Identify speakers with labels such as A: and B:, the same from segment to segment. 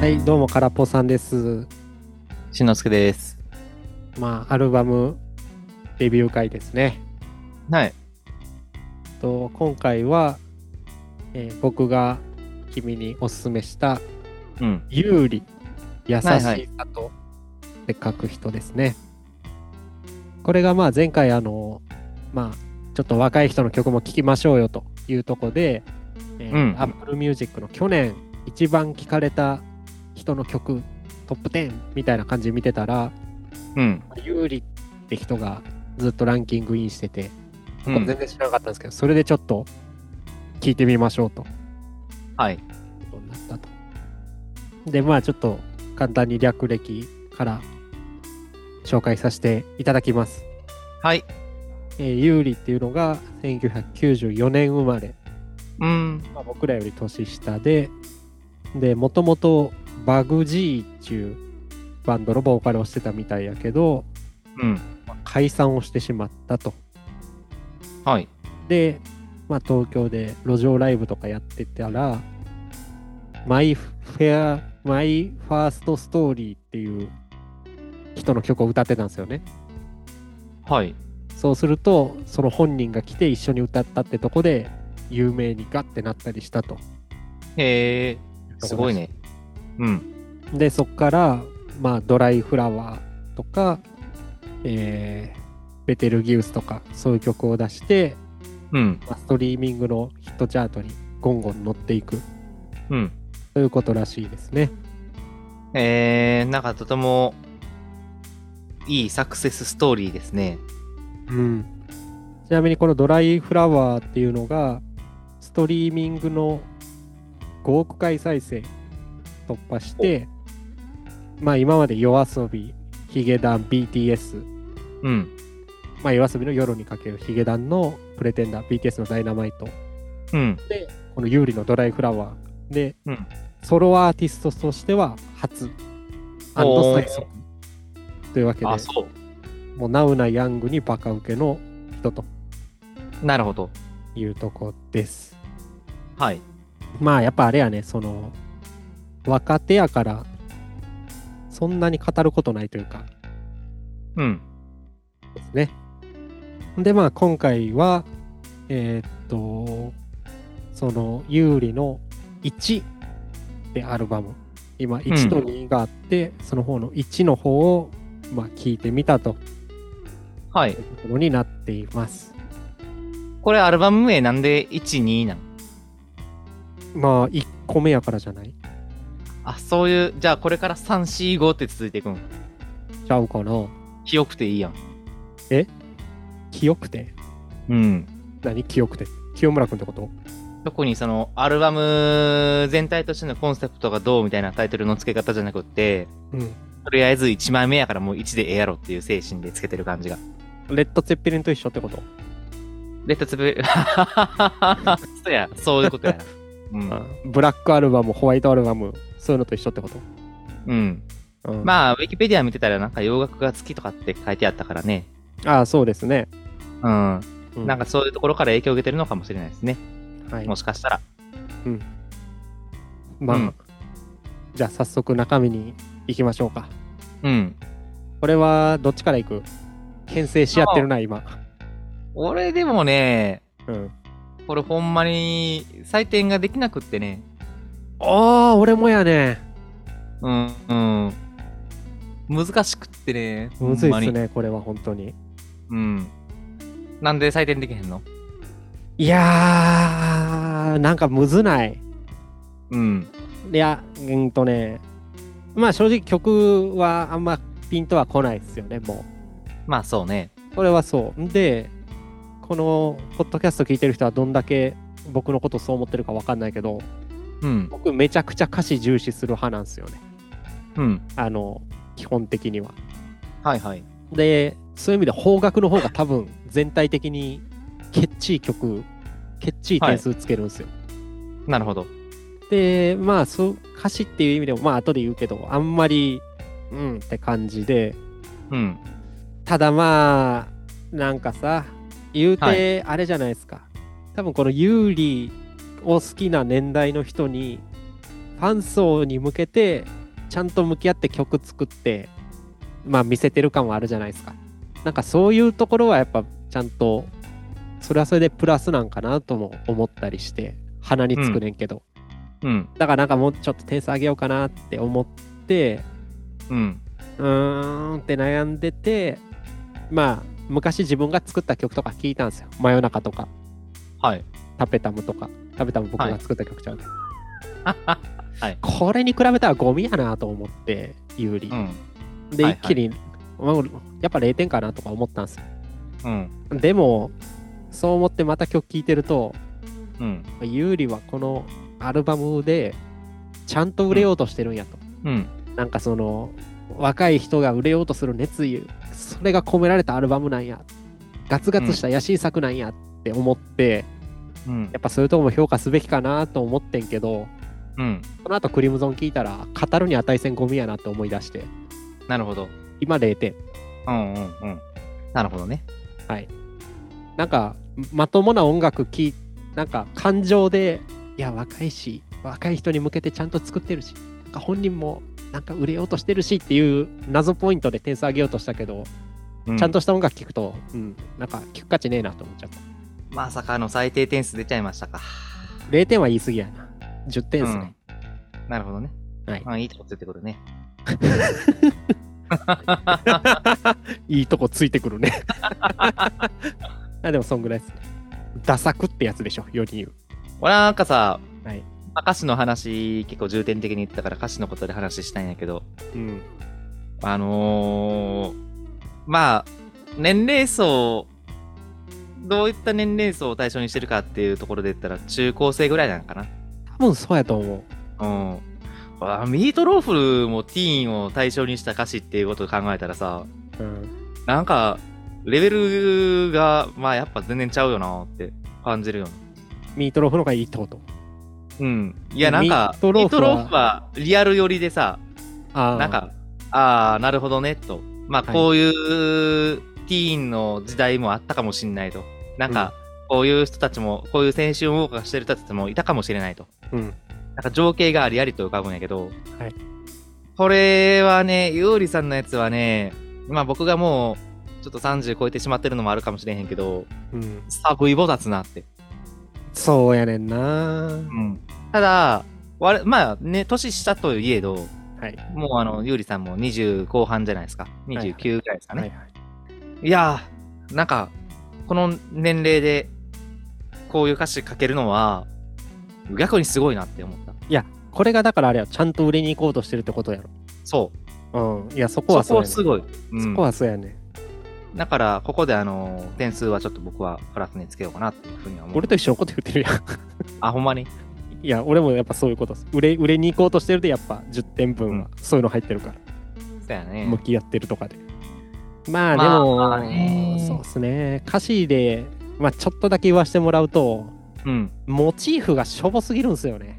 A: はい、どうも、からぽさんです。
B: しんのすけです。
A: まあ、アルバムレビュー会ですね。
B: はい。
A: と今回は、えー僕が君におすすめした、
B: うん。
A: 有利、優し
B: はいは
A: さと、せっかく人ですね。これが、まあ、前回、あの、まあ、ちょっと若い人の曲も聴きましょうよというとこで、え
B: うん
A: ー Apple Music の去年、一番聴かれた人の曲、トップ10みたいな感じで見てたら、
B: うん。
A: 有利って人がずっとランキングインしてて、
B: う
A: 全
B: ん、
A: 然知らなかったんですけど、それでちょっと聞いてみましょうという
B: はい。
A: ことになったと。で、まあちょっと簡単に略歴から紹介させていただきます。
B: はい。
A: えー、有利っていうのが1994年生まれ、
B: うん。
A: まあ、僕らより年下で、で、もともとバグ G っていうバンドのボーカルをしてたみたいやけど、
B: うん。
A: 解散をしてしまったと。
B: はい。
A: で、まあ、東京で路上ライブとかやってたら、マイフェア、マイファーストストーリーっていう人の曲を歌ってたんですよね。
B: はい。
A: そうすると、その本人が来て一緒に歌ったってとこで、有名にガッてなったりしたと。
B: へえ。すごいね。うん。
A: で、そっから、まあ、ドライフラワーとか、えーベテルギウスとか、そういう曲を出して、
B: うん。
A: まあ、ストリーミングのヒットチャートにゴンゴン乗っていく
B: うん。
A: ということらしいですね。
B: えー、なんかとても、いいサクセスストーリーですね。
A: うん、ちなみにこの「ドライフラワー」っていうのがストリーミングの5億回再生突破してまあ今まで YOASOBI ヒゲダン BTS
B: うん。
A: まあ YOASOBI の夜にかけるヒゲダンのプレテンダー BTS のダイナマイト
B: うん。
A: でこの有利の「ドライフラワー」で、
B: うん
A: ソロアーティストとしては初アン
B: お
A: ド
B: ー
A: 最速というわけで
B: あ、そ
A: もうナウなヤングにバカ受けの人と
B: う。なるほど。
A: いうとこです。
B: はい。
A: まあやっぱあれやね、その若手やからそんなに語ることないというか
B: うん。
A: ですね。でまあ今回はえーっとその有利の1でアルバム今1と2があって、その方の1の方をまあ聞いてみたと
B: はい
A: いう。ところになっています。
B: これアルバム名なんで1、2なの
A: まあ1個目やからじゃない
B: あ、そういう、じゃあこれから3、4、5って続いていくん。
A: ちゃうかな
B: 清くていいやん。
A: 清くて
B: うん。
A: 何清くて清村君ってこと
B: 特にそのアルバム全体としてのコンセプトがどうみたいなタイトルの付け方じゃなくって、
A: うん。
B: とりあえず1枚目やからもう1でええやろっていう精神で付けてる感じが。
A: レッド・ツェッペリンと一緒ってこと
B: レッドツブ、 そうや、そういうことやな。
A: ブラックアルバム、ホワイトアルバム、そういうのと一緒ってこと、
B: うん。うん。まあ、ウィキペディア見てたらなんか洋楽が好きとかって書いてあったからね。
A: ああ、そうですね。
B: うん。
A: う
B: なんか、そういうところから影響を受けてるのかもしれないですね。
A: はい、
B: もしかしたら。
A: まあ、
B: うん
A: じゃあ早速中身に行きましょうか。
B: うん。
A: これはどっちから行く牽制し合ってるな、今。
B: 俺でもね、
A: うん。
B: これほんまに採点ができなくってね。
A: ああ、俺もやね。
B: うん、うん。難しくってね。
A: むずいっ
B: ほ
A: す
B: んまに。
A: ね、これは本当に。
B: うん。なんで採点できへんの
A: いやー、なんかむずない。
B: うん。
A: いや、うーんとね、まあ正直曲はあんまピンとは来ないっすよね、もう。
B: まあそうね。
A: これはそう。で、このポッドキャスト聞いてる人はどんだけ僕のことそう思ってるかわかんないけど、
B: うん。
A: 僕めちゃくちゃ歌詞重視する派なんですよね。
B: うん。
A: あの、基本的には。
B: はいはい。
A: で、そういう意味で方角の方が多分全体的にケッチい曲、ケッチい点数つけるんですよ。
B: なるほど。
A: で、まあそう、歌詞っていう意味でも、まあ後で言うけど、あんまり、うんって感じで、
B: うん。
A: ただまあなんかさ言う
B: は
A: てあれじゃないですか、多分この有利を好きな年代の人にファン層に向けてちゃんと向き合って曲作ってまあ見せてる感はあるじゃないですかなんかそういうところはやっぱちゃんとそれはそれでプラスなんかなとも思ったりして鼻につくねんけど、
B: うん。
A: だからなんかもうちょっと点数上げようかなって思って
B: うん。
A: うーんって悩んでてまあ昔自分が作った曲とか聞いたんですよ真夜中とか
B: はい。
A: タペタムとかタペタム僕が作った曲ちゃうけど、これに比べたらゴミやなと思って有利、
B: うん。
A: で、
B: はいはい
A: 一気に、まあ俺やっぱ0点かなとか思ったんですよ
B: うん。
A: でもそう思ってまた曲聴いてると
B: うん。
A: 有利はこのアルバムでちゃんと売れようとしてるんやと、
B: うん。
A: なんかその若い人が売れようとする熱意それが込められたアルバムなんやガツガツした野心作なんやって思って、
B: うん
A: やっぱそういうとこも評価すべきかなと思ってんけど
B: うん。
A: その後クリムゾン聞いたら語るに値せんゴミやなって思い出して
B: なるほど。
A: 今0点
B: うんうんうん。なるほどね。
A: なんかまともな音楽聴いなんか感情でいや若いし若い人に向けてちゃんと作ってるしなんか本人もなんか売れようとしてるしっていう謎ポイントで点数上げようとしたけど、
B: う
A: ちゃん。とした音楽聴くと、うん、なんか聴く価値ねえなと思っちゃった
B: まさかの最低点数出ちゃいましたか。
A: 0点は言い過ぎやな10点ですね、
B: うんなるほどね。
A: はい
B: まあいいとこついてくるね。
A: いいとこついてくるね あでもそんぐらいですねダサくってやつでしょ世に言う
B: 俺はなんかさ、
A: はい
B: まあ歌詞の話結構重点的に言ってたから歌詞のことで話したいんやけど、
A: うん
B: あのー、まあ、年齢層、どういった年齢層を対象にしてるかっていうところで言ったら中高生ぐらいなんかな。
A: 多分そうやと思う
B: うん。あミートローフもティーンを対象にした歌詞っていうことを考えたらさ、
A: うん、
B: なんか、レベルが、まあやっぱ全然ちゃうよなって感じるよね。
A: ミートローフの方がいいってこと
B: うん。いや、なんか、
A: ミー
B: ミ
A: トローフは
B: ートローフはリアル寄りでさ、
A: あー
B: なんか、ああ、なるほどね、と。まあ、
A: はい
B: こういうティーンの時代もあったかもしんないと。なんか、こういう人たちも、こういう青春を謳歌してる人たちもいたかもしれないと。
A: うん
B: なんか情景がありありと浮かぶんやけど、
A: はい
B: これはね、ゆうりさんのやつはね、まあ僕がもう、ちょっと30超えてしまってるのもあるかもしれへんけど、
A: うん
B: 寒いぼだつなって。
A: そうやねんな。
B: ただ、われまあね、年下といえど、
A: はい。
B: もうあの、ゆうりさんも20後半じゃないですか。29ぐらいですかね。
A: はい
B: い
A: はい。
B: やー、なんか、この年齢で、こういう歌詞書けるのは、逆にすごいなって思った。
A: いや、これがだからあれや、ちゃんと売れに行こうとしてるってことや
B: そ。
A: ろ。うん。いや、そうこは
B: そ
A: そう
B: こ
A: やね。
B: すごい。うん
A: そこはそうやね。
B: だから、ここであのー、点数はちょっと僕はプラスにつけようかなっていうふうには思う。
A: 俺と一緒のこと言ってるや
B: あ、ほんまに
A: ん。いや、俺もやっぱそういうことです売れ。売れに行こうとしてるで、やっぱ10点分は、そういうの入ってるから、
B: そうやね。
A: 向き合ってるとかで。まあ、
B: ま
A: で
B: あ
A: も、
B: まあね
A: そうですね。歌詞で、まあ、ちょっとだけ言わせてもらうと、
B: うん。
A: モチーフがしょぼすぎるんですよね。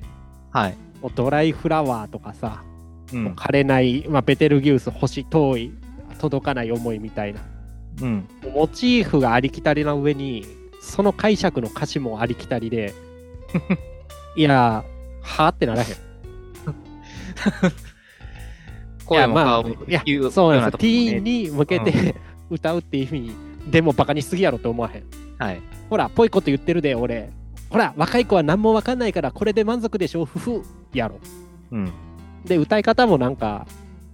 B: はい。
A: もうドライフラワーとかさ、
B: うん。
A: 枯れない、まあ、ベテルギウス星遠い届かない思いみたいな
B: うん。
A: モチーフがありきたりな上にその解釈の歌詞もありきたり でいやはあってならへん
B: 声も顔も
A: いや,、まあ、い
B: 言
A: やそうなんですよ
B: とこ
A: T
B: ね
A: に向けて歌うっていう意味にでもバカにしすぎやろと思わへん
B: はい。
A: ほらぽいこと言ってるで俺ほら若い子は何も分かんないからこれで満足でしょふふやろ
B: うん。
A: で歌い方もなんか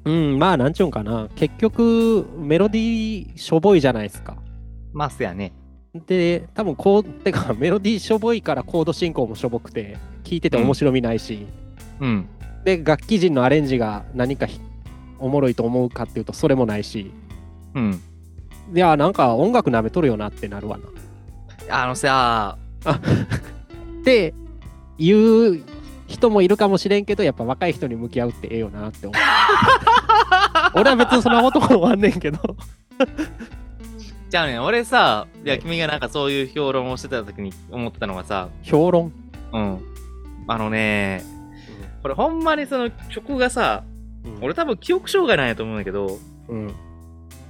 A: うんまあなんちゅうんかな結局メロディーしょぼいじゃないですか
B: まあ、そうやね。
A: で多分こう てかメロディーしょぼいからコード進行もしょぼくて聴いてて面白みないし、
B: うん。
A: で楽器陣のアレンジが何かひおもろいと思うかっていうとそれもないし
B: うん。
A: いやなんか音楽なめとるよなってなるわな
B: あのさ、
A: っていう人もいるかもしれんけどやっぱ若い人に向き合うってええよなって 思う俺は別にそんなことはあんねんけど
B: じゃあね、俺さ、い
A: は
B: や、
A: い
B: 君がなんかそういう評論をしてた時に思ってたのがさ、
A: 評論
B: うん。あのね、これほんまにその曲がさ、俺多分記憶障害なんやと思うんだけど、
A: うん、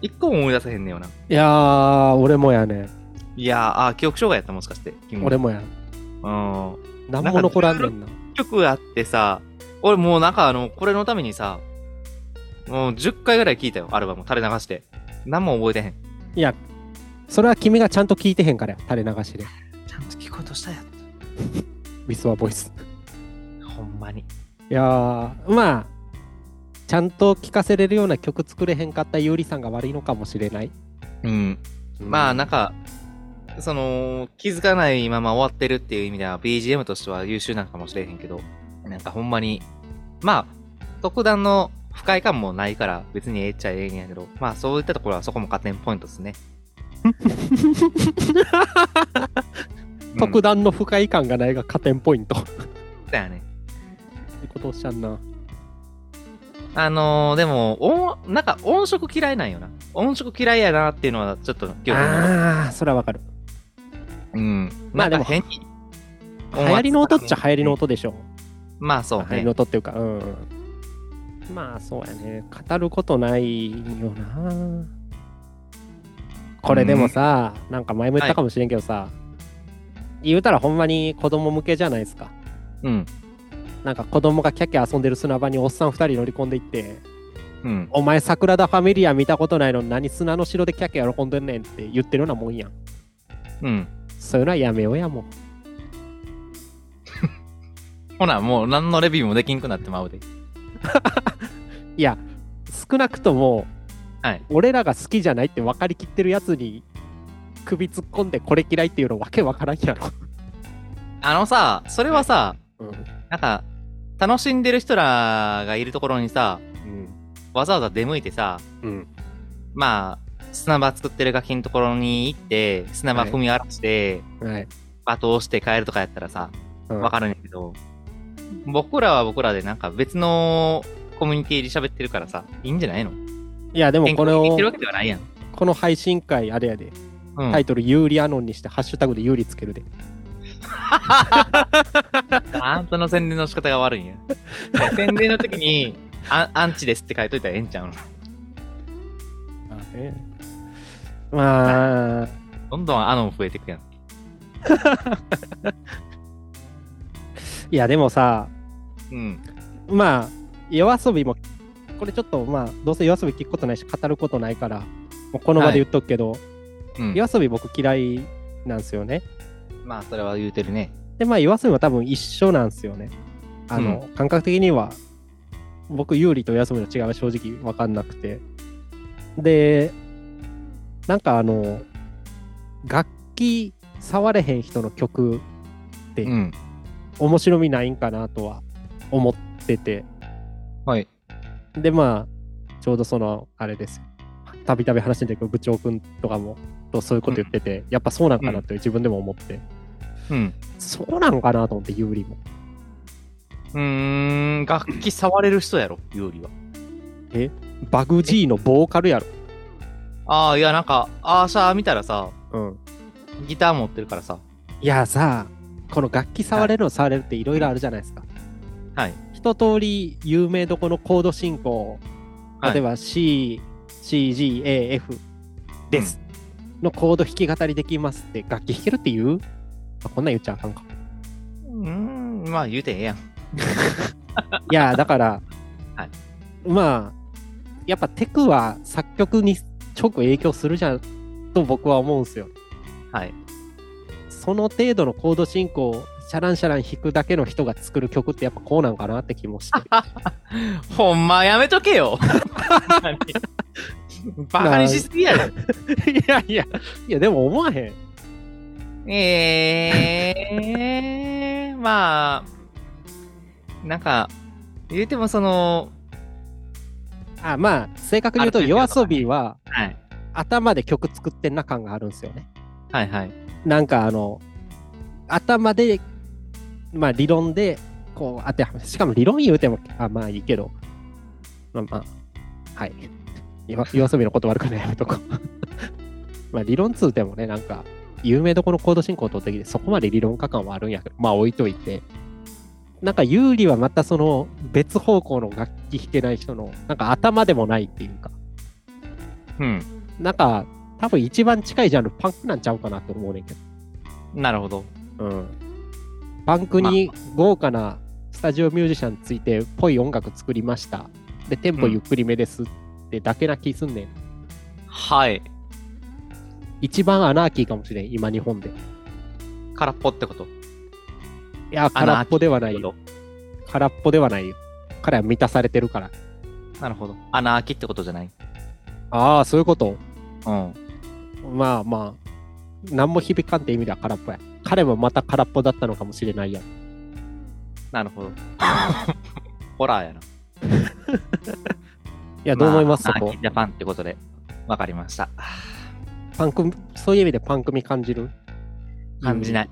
A: い
B: 一個も思い出せへんねよな。
A: やー俺もやね
B: いやー、あー記憶障害やったもしかして。君
A: 俺もや
B: うん。
A: 何も残らんねんな
B: 曲あってさ、俺もうなんかあの、これのためにさ、もう10回ぐらい聞いたよ、アルバム垂れ流して。何も覚えてへん。
A: いや、それは君がちゃんと聞いてへんからや、垂れ流しで。
B: ちゃんと聞こうとしたや
A: ビスワボイス。
B: ほんまに。
A: いやー、まあ、ちゃんと聞かせれるような曲作れへんかったゆうりさんが悪いのかもしれない。
B: うん。まあ、なんか、その、気づかないまま終わってるっていう意味では、BGM としては優秀なんかもしれへんけど、なんかほんまに、まあ、特段の不快感もないから、別にええっちゃええんやけど、まあそういったところはそこも加点ポイントですね。 うん
A: 特段の不快感がないが加点ポイント。って
B: だよね。
A: ことをおっしゃんな。
B: あのー、でも、音、なんか音色嫌いなんよな。音色嫌いやなっていうのは、ちょっと今日の、
A: ああ、それはわかる。
B: うん。
A: ま
B: ま
A: あ
B: あ
A: で
B: で
A: も
B: も変に。
A: 流行りの音っちゃ流行りの音でしょ。
B: まあそう
A: 流行り
B: ね
A: の。音っていうか、うん。まあ、そうやね。語ることないよな。これでもさ、なんか前も言ったかもしれんけどさ、言うたらほんまに子供向けじゃないですか。
B: うん。
A: なんか子供がキャッキャ遊んでる砂場におっさん2人乗り込んでいって、
B: うん。
A: お前、桜田ファミリア見たことないのに何砂の城でキャッキャ喜んでんねんって言ってるようなもんやん。
B: うん。
A: そういうのはやめようやもん。
B: ほな、もう何のレビューもできんくなってまうで。
A: いや、少なくとも、
B: はい
A: 俺らが好きじゃないって分かりきってるやつに首突っ込んでこれ嫌いっていうのわけわからんやろ。
B: あのさ、それはさ、
A: うん
B: なんか、楽しんでる人らがいるところにさ、わざわざ出向いてさ、
A: うん
B: まあ、砂場作ってるガキのところに行って、砂場踏み荒らして、
A: はい。
B: 罵倒して帰るとかやったらさ、
A: うん
B: わかるんやけど、僕らは僕らでなんか別のコミュニティで喋ってるからさ、いいんじゃないの
A: いや、でも
B: 健
A: こ
B: 康
A: れを
B: に言って、るわけではないやん。
A: この配信会あれやで、
B: うん
A: タイトル、有利アノンにして、ハッシュタグで有利つけるで。
B: あんたの宣伝の仕方が悪い んや。宣伝の時に、あアンチですって書いといたらええんちゃうの
A: まあねまあ、
B: どんどんアノン増えてくやん。
A: いや、でもさ、
B: うん。
A: まあ、夜遊びも、これちょっとまあ、どうせ夜遊び聞くことないし、語ることないから、もうこの場で言っとくけど、
B: うん、
A: 夜遊び僕嫌いなんですよね。
B: まあ、それは言うてるね。
A: で、まあ、夜遊びも多分一緒なんですよね。あの、感覚的には、僕、有利と夜遊びの違いは正直分かんなくて。で、なんかあの、楽器触れへん人の曲、
B: うん。
A: 面白みないんかなとは思ってて。
B: はい。
A: でまあちょうどそのあれですよたびたび話してるけど部長くんとかもとそういうこと言ってて、やっぱそうなんかなって自分でも思って、
B: うん。
A: そうなんかなと思って有利も
B: うーん、楽器触れる人やろ、有利は。
A: バグ G のボーカルやろ
B: ああ、いや、なんか、アーシャー見たらさ、
A: うん
B: ギター持ってるからさ。
A: いやさこの楽器触れるの触れるっていろいろあるじゃないですか、
B: はい。
A: 一通り有名どこのコード進行
B: はい
A: 例えば C、CGAF です、のコード弾き語りできますって楽器弾けるって言う、あ、こんなん言っちゃあかんか
B: うーん、まあ言うてええやん。
A: いや、だから、
B: はい
A: まあ、やっぱテクは作曲に直影響するじゃんと僕は思うんですよ。
B: はい。
A: その程度のコード進行をシャランシャラン弾くだけの人が作る曲ってやっぱこうなんかなって気もして。
B: ほんまやめとけ よ。ほんまにバカにしすぎやろ。
A: いやいや、いやでも思わへん。
B: ええー、まあ、なんか、言うてもその、
A: あまあ、正確に言うと
B: ある程
A: 夜
B: 度
A: 遊びは
B: はい。
A: 頭で曲作ってんな感があるんですよね。
B: はいはい。
A: なんかあの、頭で、まあ理論で、こう当てはめ、しかも理論言うても、あまあいいけど、まあまあ、はい。夜夜遊びのこと悪くないやめとこう。 まあ理論つうてもね、なんか、有名どこのコード進行を取ってきて、そこまで理論家感はあるんやけど、まあ置いといて。なんか有利はまたその別方向の楽器弾けない人の、なんか頭でもないっていうか、
B: うん。
A: なんか多分一番近いジャンルパンクなんちゃうかなって思うねんけど。
B: なるほど。
A: うん、バンクに豪華なスタジオミュージシャンついてぽい音楽作りましたで、テンポゆっくりめですってだけな気すんねん。
B: はい。
A: 一番アナーキーかもしれん、今日本で。い
B: 空っぽってこと。
A: や、空っぽではないよ。
B: ど。
A: 空っぽではないよ。彼は満たされてるから。
B: なるほど。穴開きってことじゃない。
A: ああ、そういうこと。
B: うん。
A: まあまあ、何も響かんって意味では空っぽや。彼もまた空っぽだったのかもしれないやん。
B: なるほど。 ホラーやな。
A: いや、どう思います、
B: まあ
A: そ
B: アナー
A: こ
B: キー。ジャパンってことで、わかりました。
A: パンク、そういう意味でパン組感じる。
B: 感じないい。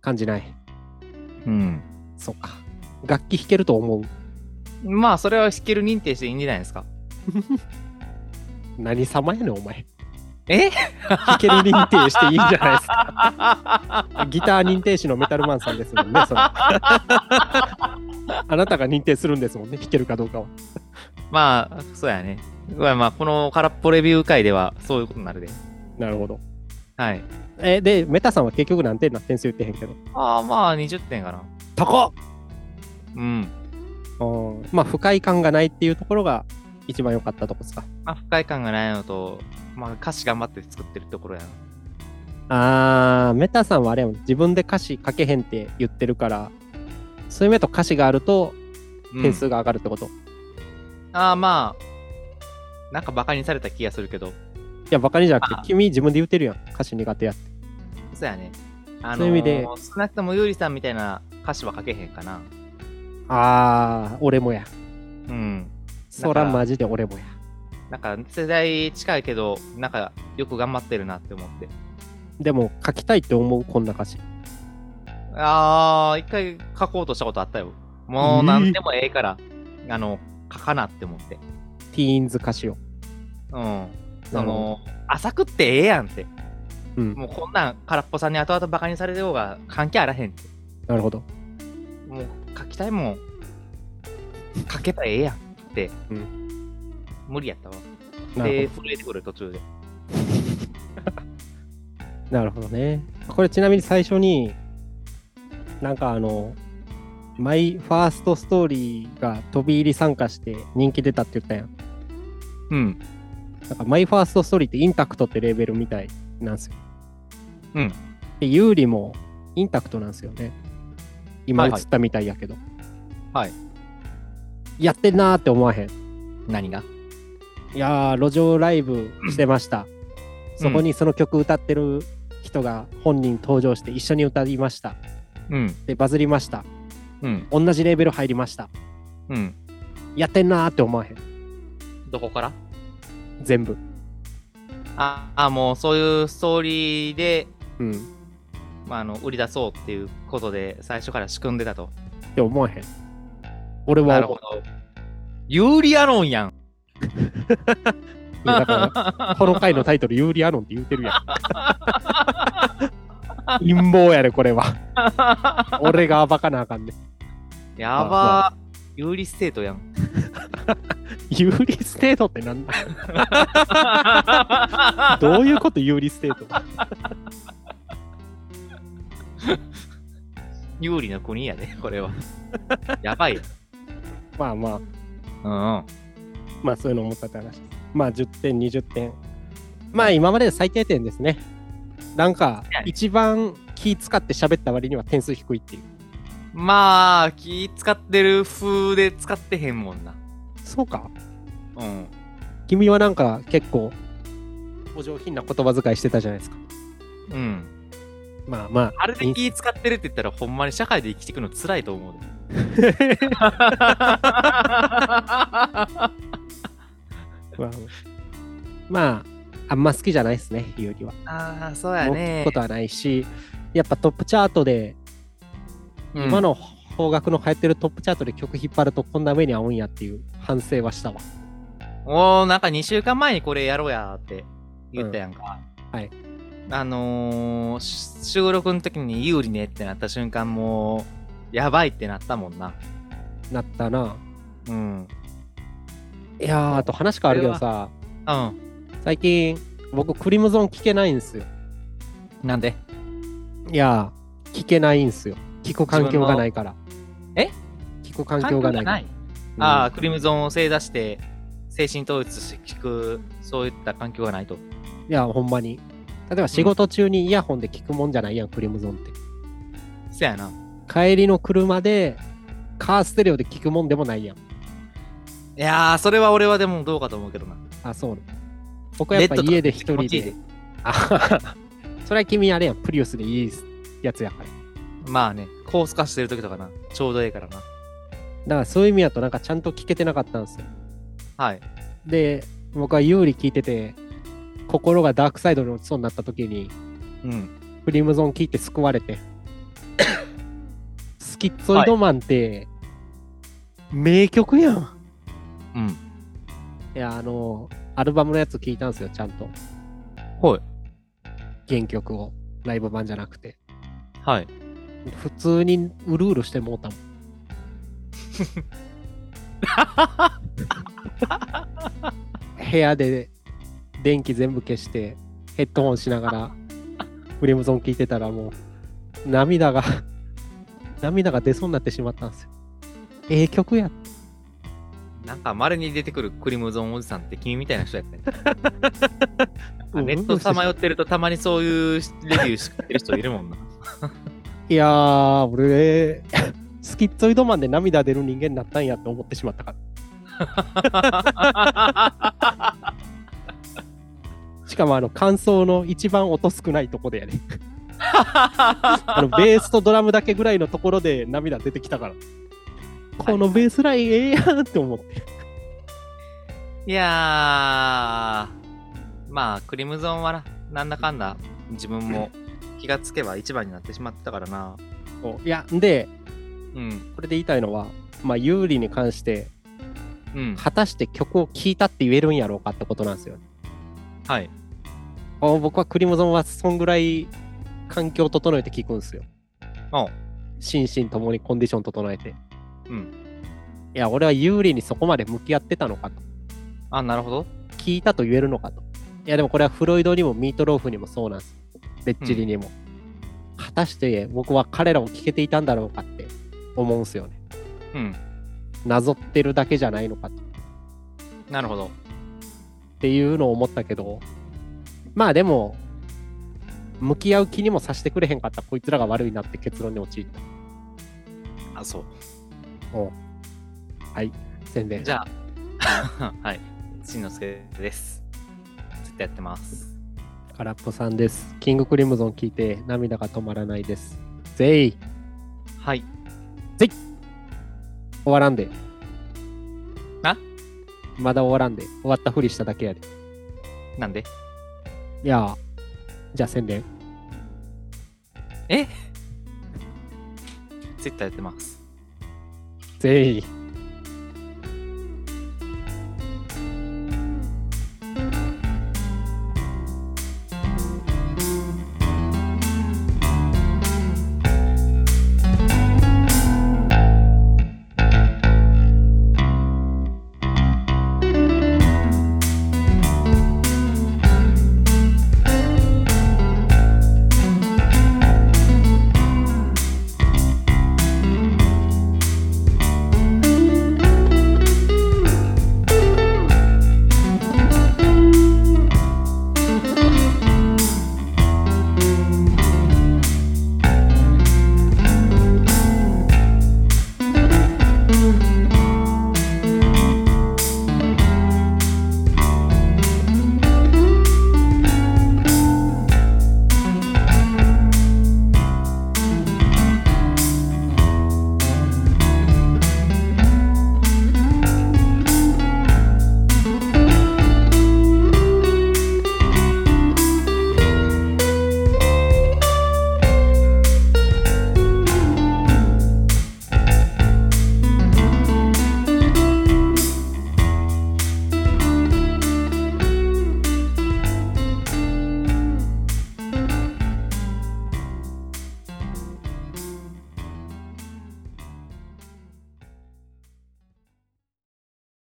A: 感じない。
B: うん。
A: そうか。楽器弾けると思う。
B: まあ、それはスキル認定していいんじゃないですか。
A: 何様やねん、お前。
B: え
A: 弾ける認定していいんじゃないですか。 ギター認定士のメタルマンさんですもんね、それ。 あなたが認定するんですもんね、弾けるかどうかは。
B: まあ、そうやね。まあまあ、この空っぽレビュー会では、そういうことになるで。
A: なるほど。
B: はい。
A: え、で、メタさんは結局何点な点数言ってへんけど。
B: ああ、まあ、20点かな。
A: 高っ
B: うん。
A: うんまあ、不快感がないっていうところが一番良かったとこですか。
B: まあ、不快感がないのと、まあ、歌詞頑張って作ってるところやな。
A: あー、メタさんはあれやもん自分で歌詞書けへんって言ってるから、そういう目と歌詞があると
B: うん
A: 点数が上がるってこと。い
B: ああ、まあ、なんか馬鹿にされた気がするけど、
A: や、バカにじゃなく
B: あ
A: て、君自分で言ってるやん。歌詞苦手やって。
B: そうやね。あのー
A: そういう意味で
B: 少なくともゆうりさんみたいな歌詞は書けへんかな。
A: あー、俺もや。
B: うん。
A: そらマジで俺もや。
B: なんか、世代近いけど、なんか、よく頑張ってるなって思って。
A: でも書きたいって思う、こんな歌詞。
B: ああ、一回書こうとしたことあったよ。も
A: え
B: う、
A: ー
B: なんでもええから、あの、書かなって思って。
A: ティーンズ歌詞を。
B: うん。
A: な
B: そ
A: るほ
B: の、浅くってええやんって。
A: ど。うん、
B: もうこんなん空っぽさんに後々バカにされる方が関係あらへんって。
A: なるほど。
B: もう書きたいもん。書けばええやんって。
A: う
B: 無理やったわ。
A: な
B: で、
A: る
B: 震えてくる途中で。
A: ほど。なるほどね。これちなみに最初に、なんかあの、マイファーストストーリーが飛び入り参加して人気出たって言ったやん。
B: うん。
A: なんかマイファーストストーリーってインタクトってレーベルみたいなんですよ。
B: うん。
A: で、ユーリもインタクトなんですよね。今
B: は
A: 映っ
B: いはい
A: たみたいやけど。
B: はい
A: やってんなーって思わへん。
B: 何が
A: いやー、路上ライブしてました。そこにその曲歌ってる人が本人登場して一緒に歌いました。
B: うん。
A: で、バズりました。
B: うん。
A: 同じレーベル入りました。
B: うん。
A: やってんなーって思わへん。
B: どこから
A: 全部。
B: ああ、もうそういうストーリーで、
A: うん。っ
B: まあ、あの売り出そうっていうことで、最初から仕組んでたと。
A: て思わへん。俺
B: な
A: は
B: る
A: 思
B: ほ
A: う。
B: ど。有利アロンやん。
A: いやだからこの回のタイトル、ユーリアノンって言うてるやん。陰謀やで、これは。俺が暴かなあかんね。
B: やばー。有利ステートやん。
A: ユーリステートってなんだどういうこと、ユーリステート。
B: 有利の国やで、 これは。やばいよ。
A: まあまあ、
B: うんうん。
A: まあそういうの思ったって話です。まあ10点、20点。まあ今までで最低点ですね。なんか、一番気使って喋った割には点数低いっていう。
B: まあ、気使ってる風で使ってへんもんな。
A: そうか。
B: うん。
A: 君はなんか結構、お上品な言葉遣いしてたじゃないですか。
B: うん。
A: まあまあ、
B: あれで気使ってるって言ったら、ほんまに社会で生きていくの辛いと思う で。
A: まあ、まあ、あんま好きじゃないですね、ゆうりは。
B: ああ、そうや
A: 持
B: ね
A: つこ。とはないし、やっぱトップチャートで、
B: うん
A: 今の方角の流行ってるトップチャートで曲引っ張るとこんな目に合うんやっていう反省はしたわ。
B: おー、なんか2週間前にこれやろうやーって言ったやんか。
A: うんはい。
B: あのー、し収録の時に有利ねってなった瞬間もう、やばいってなったもんな。
A: なったな。
B: うん。
A: いやー、あと話変わるけどさ、
B: うん。
A: 最近僕クリムゾン聞けないんすよ。
B: なんで
A: いやー、聞けないんすよ。聞く環境がないから。
B: え
A: 聞く環境がないから
B: 環ああ、クリムゾンを正座して、精神統一して聞く、そういった環境がないと。
A: いや、ほんまに。例えば仕事中にイヤホンで聞くもんじゃないやん、クリムゾンって。
B: せやな。
A: 帰りの車で、カーステレオで聞くもんでもないやん。
B: いやー、それは俺はでもどうかと思うけどな。
A: あ、そうなの。僕はやっぱ
B: ベッドとか
A: 家で一
B: 気
A: 人
B: 持ちいい
A: で。あ ははそれは君あれやん、プリウスでいいやつやから。
B: まあね、コース化してる時とかな、ちょうどええからな。
A: だからそういう意味だとなんかちゃんと聞けてなかったんですよ。
B: はい。
A: で、僕は有利聞いてて、心がダークサイドに落ちそうになった時に、
B: うん。
A: クリムゾン聞いて救われ て。スキッツオイドマンって、名曲やん。
B: うん。
A: いや、あの、アルバムのやつ聞いたんですよ、ちゃんと。
B: ほい。
A: 原曲を。ライブ版じゃなくて。
B: はい。
A: 普通にうるうるしてもう たもん。部屋で電気全部消して、ヘッドホンしながら、クリムゾン聞いてたらもう、涙が、涙が出そうになってしまったんですよ。ええ曲や。
B: なんか、稀に出てくるクリムゾンおじさんって君みたいな人やったね。
A: うん
B: ネットさまよってるとたまにそういうレビューしてる人いるもんな。
A: いやー、俺、スキッツオイドマンで涙出る人間になったんやって思ってしまったから。しかもあの感想の一番音少ないとこでやね あのベースとドラムだけぐらいのところで涙出てきたからこのベースラインええやんって思って
B: いやー、まあ、クリムゾンはな、なんだかんだ、自分も気がつけば一番になってしまってたからな。
A: そういやで
B: うん。
A: これで言いたいのはまあ有利に関して
B: うん。
A: 果たして曲を聴いたって言えるんやろうかってことなんですよ
B: はい。
A: あ僕はクリムゾンはそんぐらい環境を整えて聴くんですよ
B: おう
A: 心身ともにコンディション整えて
B: うん。
A: いや俺は有利にそこまで向き合ってたのかと
B: あ、なるほど。
A: 聞いたと言えるのかと。いやでもこれはフロイドにもミートローフにもそうなんです。レッチリにも。果たして僕は彼らを聞けていたんだろうかって思うんすよね。
B: うん。
A: なぞってるだけじゃないのかとっ
B: なるほど。
A: ていうのを思ったけど、まあでも、向き合う気にもさせてくれへんかったこいつらが悪いなって結論に陥った。
B: あ、そう。
A: はい、宣伝。
B: じゃあ、 はい。しんのすけです。ずっとやってます。
A: 空っぽさんです。キングクリムゾン聞いて涙が止まらないです。ぜい
B: はい。
A: 終わらんで。
B: あ
A: まだ終わらんで。終わったふりしただけやで。
B: なんで
A: いやー、じゃあ宣伝。
B: えツイッターやってます。
A: 全員。